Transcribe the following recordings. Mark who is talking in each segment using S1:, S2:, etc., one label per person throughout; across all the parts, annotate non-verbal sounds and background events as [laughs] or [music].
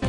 S1: 蘭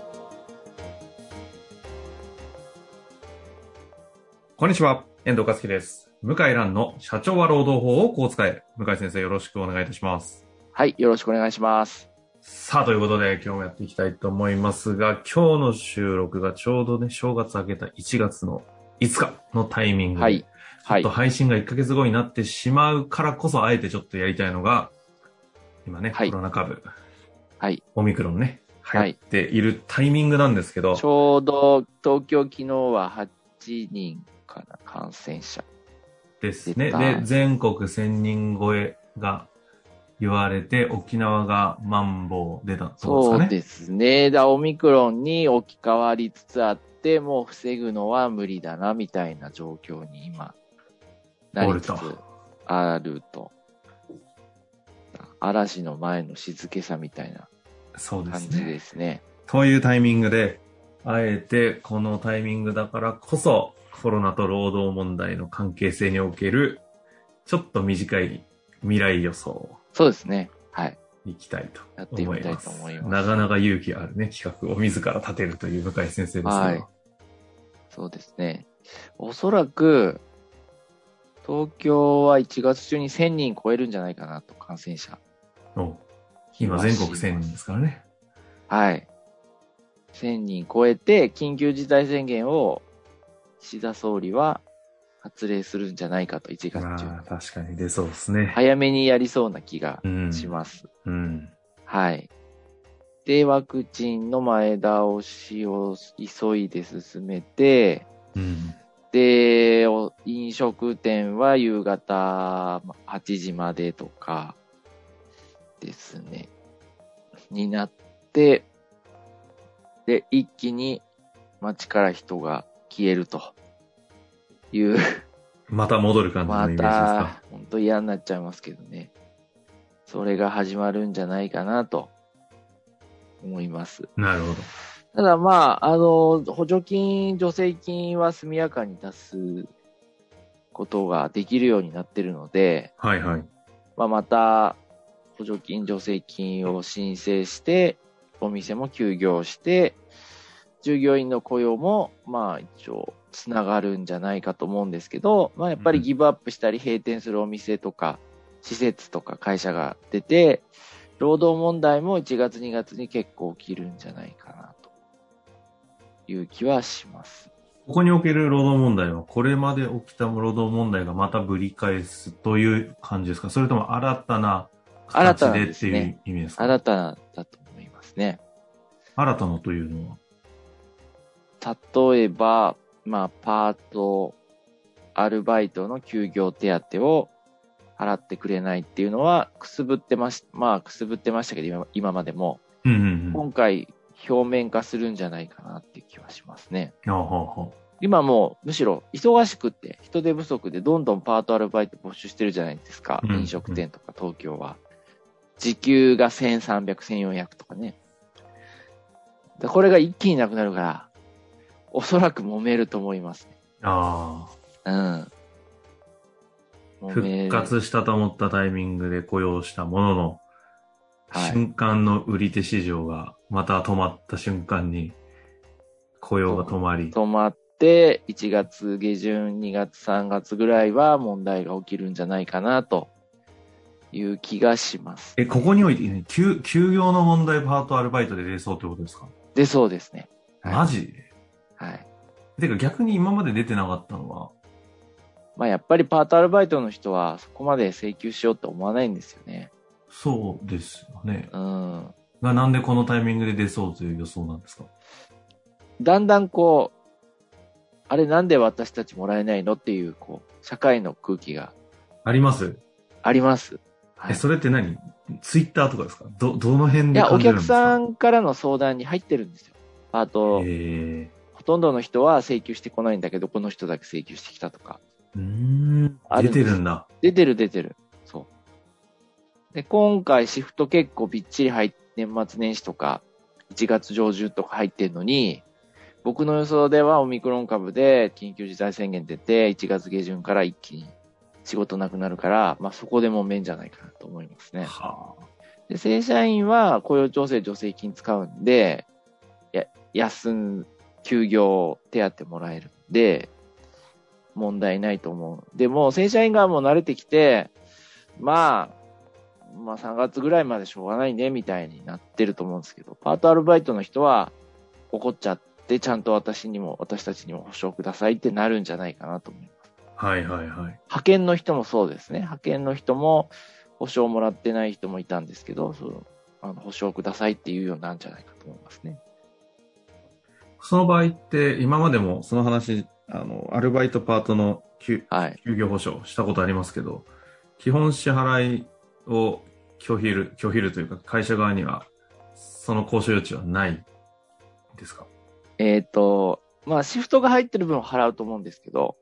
S2: こんにちは、遠藤和樹です。向井蘭の社長は労働法をこう使え。向井先生よろしくお願いいたします。
S3: はい、よろしくお願いします。
S2: さあ、ということで今日もやっていきたいと思いますが、今日の収録がちょうどね、正月明けた1月の5日のタイミングで、
S3: はい、は
S2: ちょっ
S3: い
S2: と、配信が1ヶ月後になってしまうからこそ、あえてちょっとやりたいのが、今ね、
S3: はい
S2: コロナ株、
S3: はい、
S2: オミクロンね、流
S3: はい
S2: 行っているタイミングなんですけど、
S3: ちょうど東京昨日は8人かな、感染者。
S2: ですね。
S3: はい
S2: で、全国1000人超えが言われて、沖縄がマンボウ出たってことですか
S3: そう
S2: ね。
S3: ですね。だオミクロンに置き換わりつつあって、もう防ぐのは無理だな、みたいな状況に今、なりつつ
S2: おる
S3: あると。嵐の前の静けさみたいな
S2: そうで
S3: 感
S2: す
S3: じ
S2: ね
S3: で。すね。
S2: というタイミングで、あえてこのタイミングだからこそ、コロナと労働問題の関係性における、ちょっと短い未来予想を
S3: そうですね。はい。
S2: いきたいと
S3: やって
S2: 思
S3: み
S2: い
S3: たい
S2: ま
S3: と
S2: す。
S3: 思います。
S2: なかなか勇気あるね、企画を自ら立てるという向井先生ですけど。
S3: はいそうですね。おそらく、東京は1月中に1000人超えるんじゃないかなと、感染者。
S2: お今全国1000人ですからね。
S3: はい。1000人超えて、緊急事態宣言を岸田総理は発令するんじゃないかと、1月
S2: まあ
S3: 中。
S2: 確かに出そうですね。
S3: 早めにやりそうな気が
S2: うん
S3: します。
S2: うん。
S3: はい。で、ワクチンの前倒しを急いで進めて、
S2: うん。
S3: で、お飲食店は夕方8時までとかですね、になって、で、一気に街から人が消えるという、
S2: また戻る感じの
S3: ま
S2: イメージです
S3: た
S2: か。、
S3: 本当嫌になっちゃいますけどね。それが始まるんじゃないかなと思います。
S2: なるほど。
S3: ただまあ、あの、補助金、助成金は速やかに出すことができるようになってるので、
S2: はいはい。
S3: まあまた補助金、助成金を申請して、お店も休業して、従業員の雇用も、まあ一応、つながるんじゃないかと思うんですけど、まあやっぱり
S2: うん
S3: ギブアップしたり閉店するお店とか、施設とか会社が出て、労働問題も1月2月に結構起きるんじゃないかな、という気はします。
S2: ここにおける労働問題は、これまで起きた労働問題がまたぶり返すという感じですかそれとも新たな
S3: 新た
S2: 形
S3: な
S2: で
S3: で
S2: っ
S3: す
S2: て
S3: ね
S2: いう意味ですか
S3: 新ただと思いますね。
S2: 新たなというのは。
S3: 例えば、まあ、パート、アルバイトの休業手当を払ってくれないっていうのは、くすぶってまし、まあ、くすぶってましたけど、今今までも、
S2: うんうんうん。
S3: 今回、表面化するんじゃないかなっていう気はしますね。
S2: ああほうほ
S3: 今もう、むしろ、忙しくって、人手不足で、どんどんパートアルバイト募集してるじゃないですか。
S2: うん
S3: 飲食店とか東京は。時給が1300、1400とかね。でこれが一気になくなるから、おそらく揉めると思います。
S2: うあ
S3: うん。
S2: あ、
S3: もうメー
S2: 復
S3: ル
S2: 活したと思ったタイミングで雇用したものの、
S3: はい。
S2: 瞬間の売り手市場がまた止まった瞬間に、雇用が止まり、
S3: 止まって、1月下旬、2月、3月ぐらいは問題が起きるんじゃないかな、という気がします。
S2: え、ここにおいて、ね、休、休業の問題、パート、アルバイトで出そうってことですか、
S3: で、そうですね。はい
S2: マジ
S3: はい。
S2: てか逆に今まで出てなかったのは、
S3: まあ、やっぱりパートアルバイトの人は、そこまで請求しようって思わないんですよね。
S2: そうですよね。
S3: うん。
S2: が、なんでこのタイミングで出そうという予想なんですか
S3: だんだんこう、あれなんで私たちもらえないのっていう、こう、社会の空気が
S2: あります
S3: あります。は
S2: え、
S3: い。
S2: それって何ツイッターとかですかど、どの辺
S3: い
S2: で
S3: や、お
S2: 感じるんで
S3: 客
S2: すか
S3: さんからの相談に入ってるんですよ。あと、
S2: え
S3: ほとんどの人は請求してこないんだけど、この人だけ請求してきたとか。
S2: ー、うーん
S3: あ
S2: 出
S3: る
S2: てるんだ。
S3: 出てる出てる。そう。で、今回シフト結構びっちり入って、年末年始とか、1月上旬とか入ってんのに、僕の予想ではオミクロン株で緊急事態宣言出て、1月下旬から一気に仕事なくなるから、まあそこでもめんじゃないかなと思いますね。
S2: はあ、
S3: で、正社員は雇用調整助成金使うんで、や、休ん、休業手当もらえるんで、問題ないと思う。でも、正社員がもう慣れてきて、まあ、まあ3月ぐらいまでしょうがないね、みたいになってると思うんですけど、パートアルバイトの人は怒っちゃって、ちゃんと私にも、私たちにも保証くださいってなるんじゃないかなと思います。
S2: はいはいはい。
S3: 派遣の人もそうですね。派遣の人も保証もらってない人もいたんですけど、そのあの保証くださいっていうようになるんじゃないかと思いますね。
S2: その場合って、今までもその話、あの、アルバイトパートの給
S3: はい。
S2: 休業保障したことありますけど、基本支払いを拒否る、拒否るというか、会社側には、その交渉余地はないですか
S3: えっ、と、まあシフトが入ってる分は払うと思うんですけど、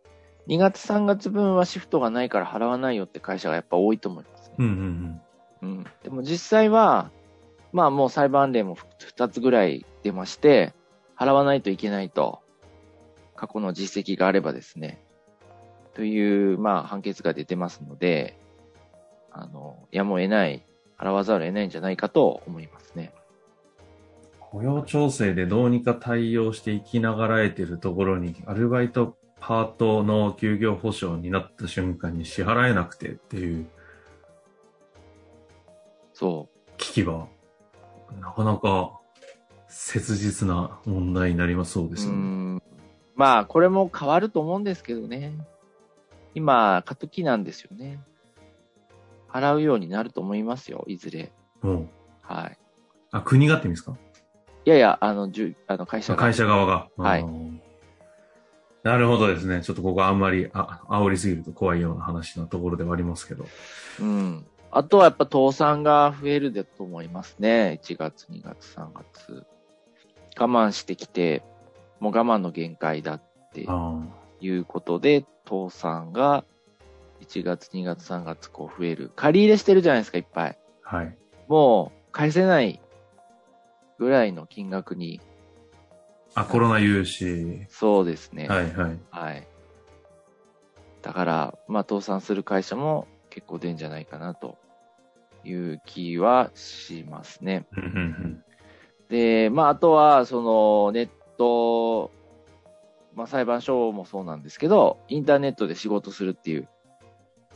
S3: 2月3月分はシフトがないから払わないよって会社がやっぱ多いと思いますね。
S2: うんうん
S3: うん。でも実際は、まあもう裁判例も2つぐらい出まして、払わないといけないと、過去の実績があればですね、という、まあ判決が出てますので、あの、やむを得ない、払わざるを得ないんじゃないかと思いますね。
S2: うん。雇用調整でどうにか対応していきながらえてるところに、アルバイトパートの休業保障になった瞬間に支払えなくてっていう
S3: そ
S2: 危機は、なかなか切実な問題になりますそうで
S3: う。
S2: すよ
S3: う
S2: ね。
S3: ん。まあこれも変わると思うんですけどね。今、過渡期なんですよね。払うようになると思いますよ、いずれ。
S2: もうん。
S3: はい。
S2: あ、国がって意味ですか
S3: いやいや、あの、じゅあの会社が。
S2: 会社側が。
S3: はい
S2: あー。なるほどですね。ちょっとここあんまりあ煽りすぎると怖いような話なところではありますけど。
S3: うん。あとはやっぱ倒産が増えるだと思いますね。1月、2月、3月。我慢してきて、もう我慢の限界だって
S2: あ
S3: いうことで、倒産が1月、2月、3月こう増える。借り入れしてるじゃないですか、いっぱい。
S2: あ、はい。
S3: もう返せないぐらいの金額に。
S2: あ、コロナ融資。
S3: そうですね。
S2: はいはい。
S3: はい。だから、まあ、倒産する会社も結構出んじゃないかなという気はしますね。
S2: うんうんうん
S3: で、まあ、あとは、その、ネット、まあ、裁判所もそうなんですけど、インターネットで仕事するっていう、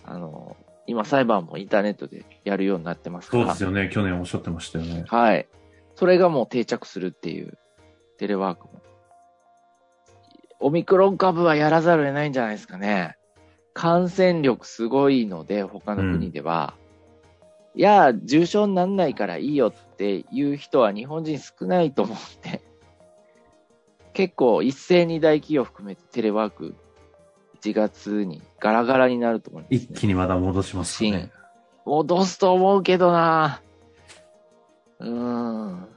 S3: あの、今裁判もインターネットでやるようになってますか
S2: そう
S3: ら。
S2: ですよね。去年おっしゃってましたよね。
S3: はい。それがもう定着するっていう、テレワークも。オミクロン株はやらざるを得ないんじゃないですかね。感染力すごいので、他の国では。いやー、重症になんないからいいよっていう人は日本人少ないと思って。結構一斉に大企業含めてテレワーク1月にガラガラになると思います、ね。
S2: 一気にまた戻しますね。
S3: 戻すと思うけどなうーん。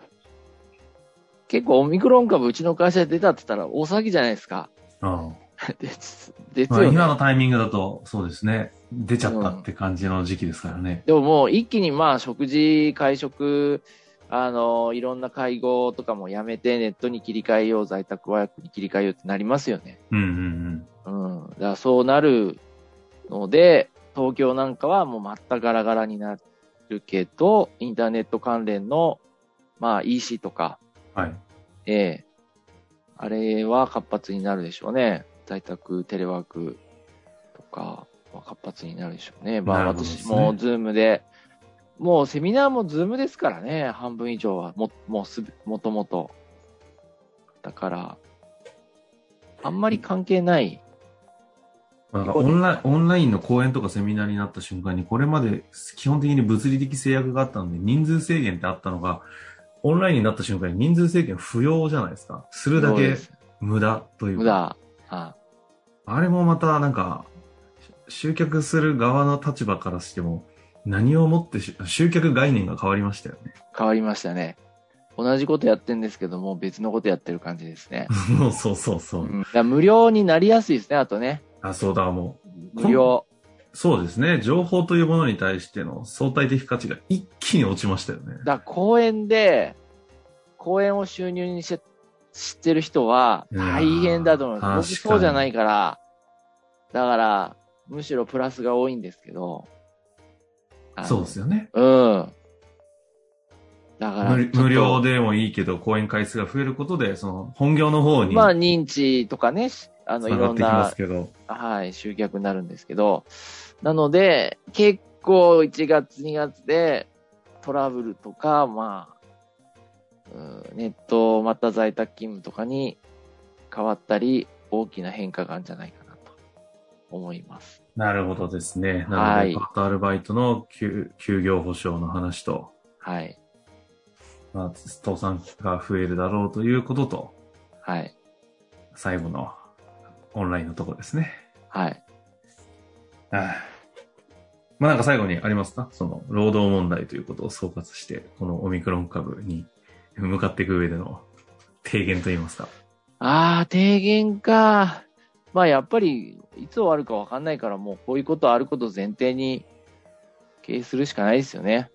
S3: 結構オミクロン株うちの会社で出たって言ったら大騒ぎじゃないですか。 [laughs]
S2: あ
S3: です、です
S2: あまあ、
S3: よね
S2: 今。のタイミングだと、そうですね。出ちゃったって感じの時期ですからね。
S3: でももう一気にまあ食事、会食、あの、いろんな会合とかもやめてネットに切り替えよう、在宅ワークに切り替えようってなりますよね。
S2: うんうん
S3: うん。だからそうなるので、東京なんかはもう全くガラガラになるけど、インターネット関連の、まあ EC とか、
S2: うん。はい。
S3: ええ。あれは活発になるでしょうね。在宅、テレワークとかは活発になるでしょうね。まあ
S2: なるほどです
S3: 私
S2: ね
S3: もズームで、もうセミナーもズームですからね。半分以上は。も、もうすべ、もともと。だから、あんまり関係ない。
S2: なんかオンライン、オンラインの講演とかセミナーになった瞬間に、これまで基本的に物理的制約があったので、人数制限ってあったのが、オンラインになった瞬間に人数制限不要じゃないですか。するだ
S3: そう
S2: け
S3: です
S2: 無駄という
S3: 無
S2: か。
S3: 駄。あ
S2: あれもまたなんか、し集客する側の立場からしても、何をもってし集客概念が変わりましたよね。 [laughs]
S3: 変わりましたね。同じことやってんですけども、別のことやってる感じですね。
S2: そうそうそうそうう。
S3: ん、だから無料になりやすいですね、あとね。
S2: あ、そうだ、もう。
S3: 無料。
S2: そうですね。情報というものに対しての相対的価値が一気に落ちましたよね。
S3: だから公演で、公演を収入にして、知ってる人は
S2: うん
S3: 大変だと思います。
S2: 確
S3: 僕
S2: かに
S3: そうじゃないから、だから、むしろプラスが多いんですけど。あの
S2: そうですよね。
S3: うん。だから
S2: 無、無料でもいいけど、講演回数が増えることで、その、本業の方に、
S3: まあ、認知とかね、しあの、い
S2: 繋が
S3: ろ
S2: っ
S3: ん
S2: てきま
S3: な
S2: す、けど。
S3: はい、集客になるんですけど、なので、結構1月、2月でトラブルとか、まあ、うんネット、また在宅勤務とかに変わったり、大きな変化があるんじゃないかなと思います。
S2: なるほどですね。な
S3: は
S2: の
S3: い
S2: で、パートアルバイトの休休業保障の話と、
S3: はい、
S2: まあ、倒産が増えるだろうということと、
S3: はい、
S2: 最後のオンラインのとこですね。
S3: はい。
S2: はいまあなんか最後にありますかその労働問題ということを総括して、このオミクロン株に向かっていく上での提言といいますか。
S3: ああ、提言か。まあ、やっぱり、いつ終わるかわかんないから、もうこういうことあることを前提に、経営するしかないですよね。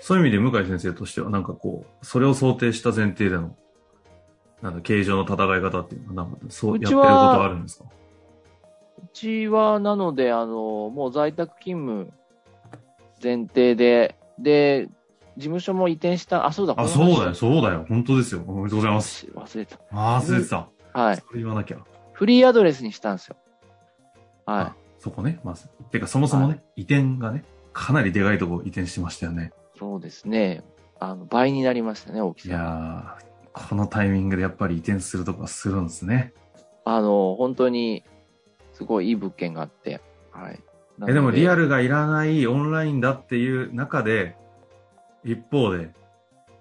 S2: そういう意味で向井先生としてはなんかこう、それを想定した前提での、なんだ、形状の戦い方っていうのは、なんかそうや
S3: う
S2: って
S3: ち
S2: ること
S3: は
S2: はあるんですか
S3: うちは、なので、あの、もう在宅勤務前提で、で、事務所も移転した、あ、そうだ、
S2: あ、
S3: この話
S2: そうだよ、そうだよ。本当ですよ。おめでとうございます。
S3: 忘れた。
S2: あー、忘れてた。
S3: はい。
S2: それ言わなきゃ。
S3: フリーアドレスにしたんですよ。は
S2: あそこね、まず。てか、そもそもね、移転がね、かなりでかいとこ移転してましたよね。
S3: い。そうですね。あの、倍になりましたね、大き
S2: い
S3: さが。
S2: やー、このタイミングでやっぱり移転するとかするんですね。
S3: あの、本当に、すごいいい物件があって。はい。
S2: えでもリア
S3: ル。
S2: ルがいらない、オンラインだっていう中で、一方で、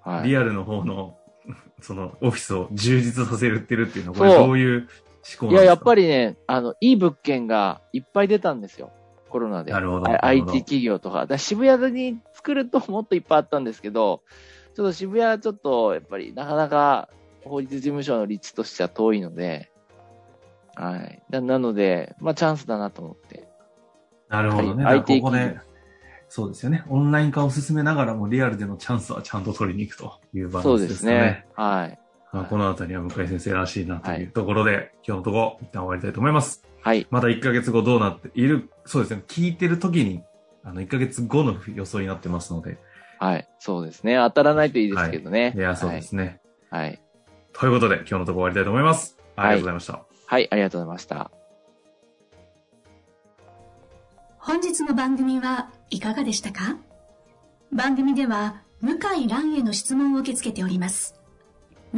S3: はい。
S2: リアルの方の、 [laughs] そのオフィスを充実させるってるっていうのは、これ
S3: そう
S2: どういう思考な
S3: い
S2: んですか
S3: や、やっぱ
S2: り。
S3: りね、あの、いい物件がいっぱい出たんですよ。コロナで。
S2: なるほど。
S3: あ
S2: なる
S3: IT
S2: ほど
S3: 企業とか。だから渋谷に作るともっといっぱいあったんですけど、ちょっと渋谷はちょっと、やっぱりなかなか法律事務所の立地としては遠いので、はい。ななので、まあチャンスだなと思って。
S2: なるほどね。
S3: はい
S2: だからここ
S3: IT
S2: で、そうですよね。オンライン化を進めながらも、リアルでのチャンスはちゃんと取りに行くというバラン
S3: そう
S2: ス
S3: で
S2: です
S3: す
S2: かね。
S3: ね。はい。
S2: まあ、このあたりは向井先生らしいなと
S3: はいいう
S2: ところで、今日のところ、一旦終わりたいと思います。
S3: はい。
S2: また1ヶ月後どうなっている、そうですね、聞いてる時に、あの、1ヶ月後の予想になってますので、
S3: はい。そうですね。当たらないといいですけどね。
S2: いや、そうですね。
S3: はい。はい。
S2: ということで、今日のところ終わりたいと思います。ありがとうございました。
S3: はい。ありがとうございました。
S1: 本日の番組はいかがでしたか番組では向井蘭への質問を受け付けております。ウ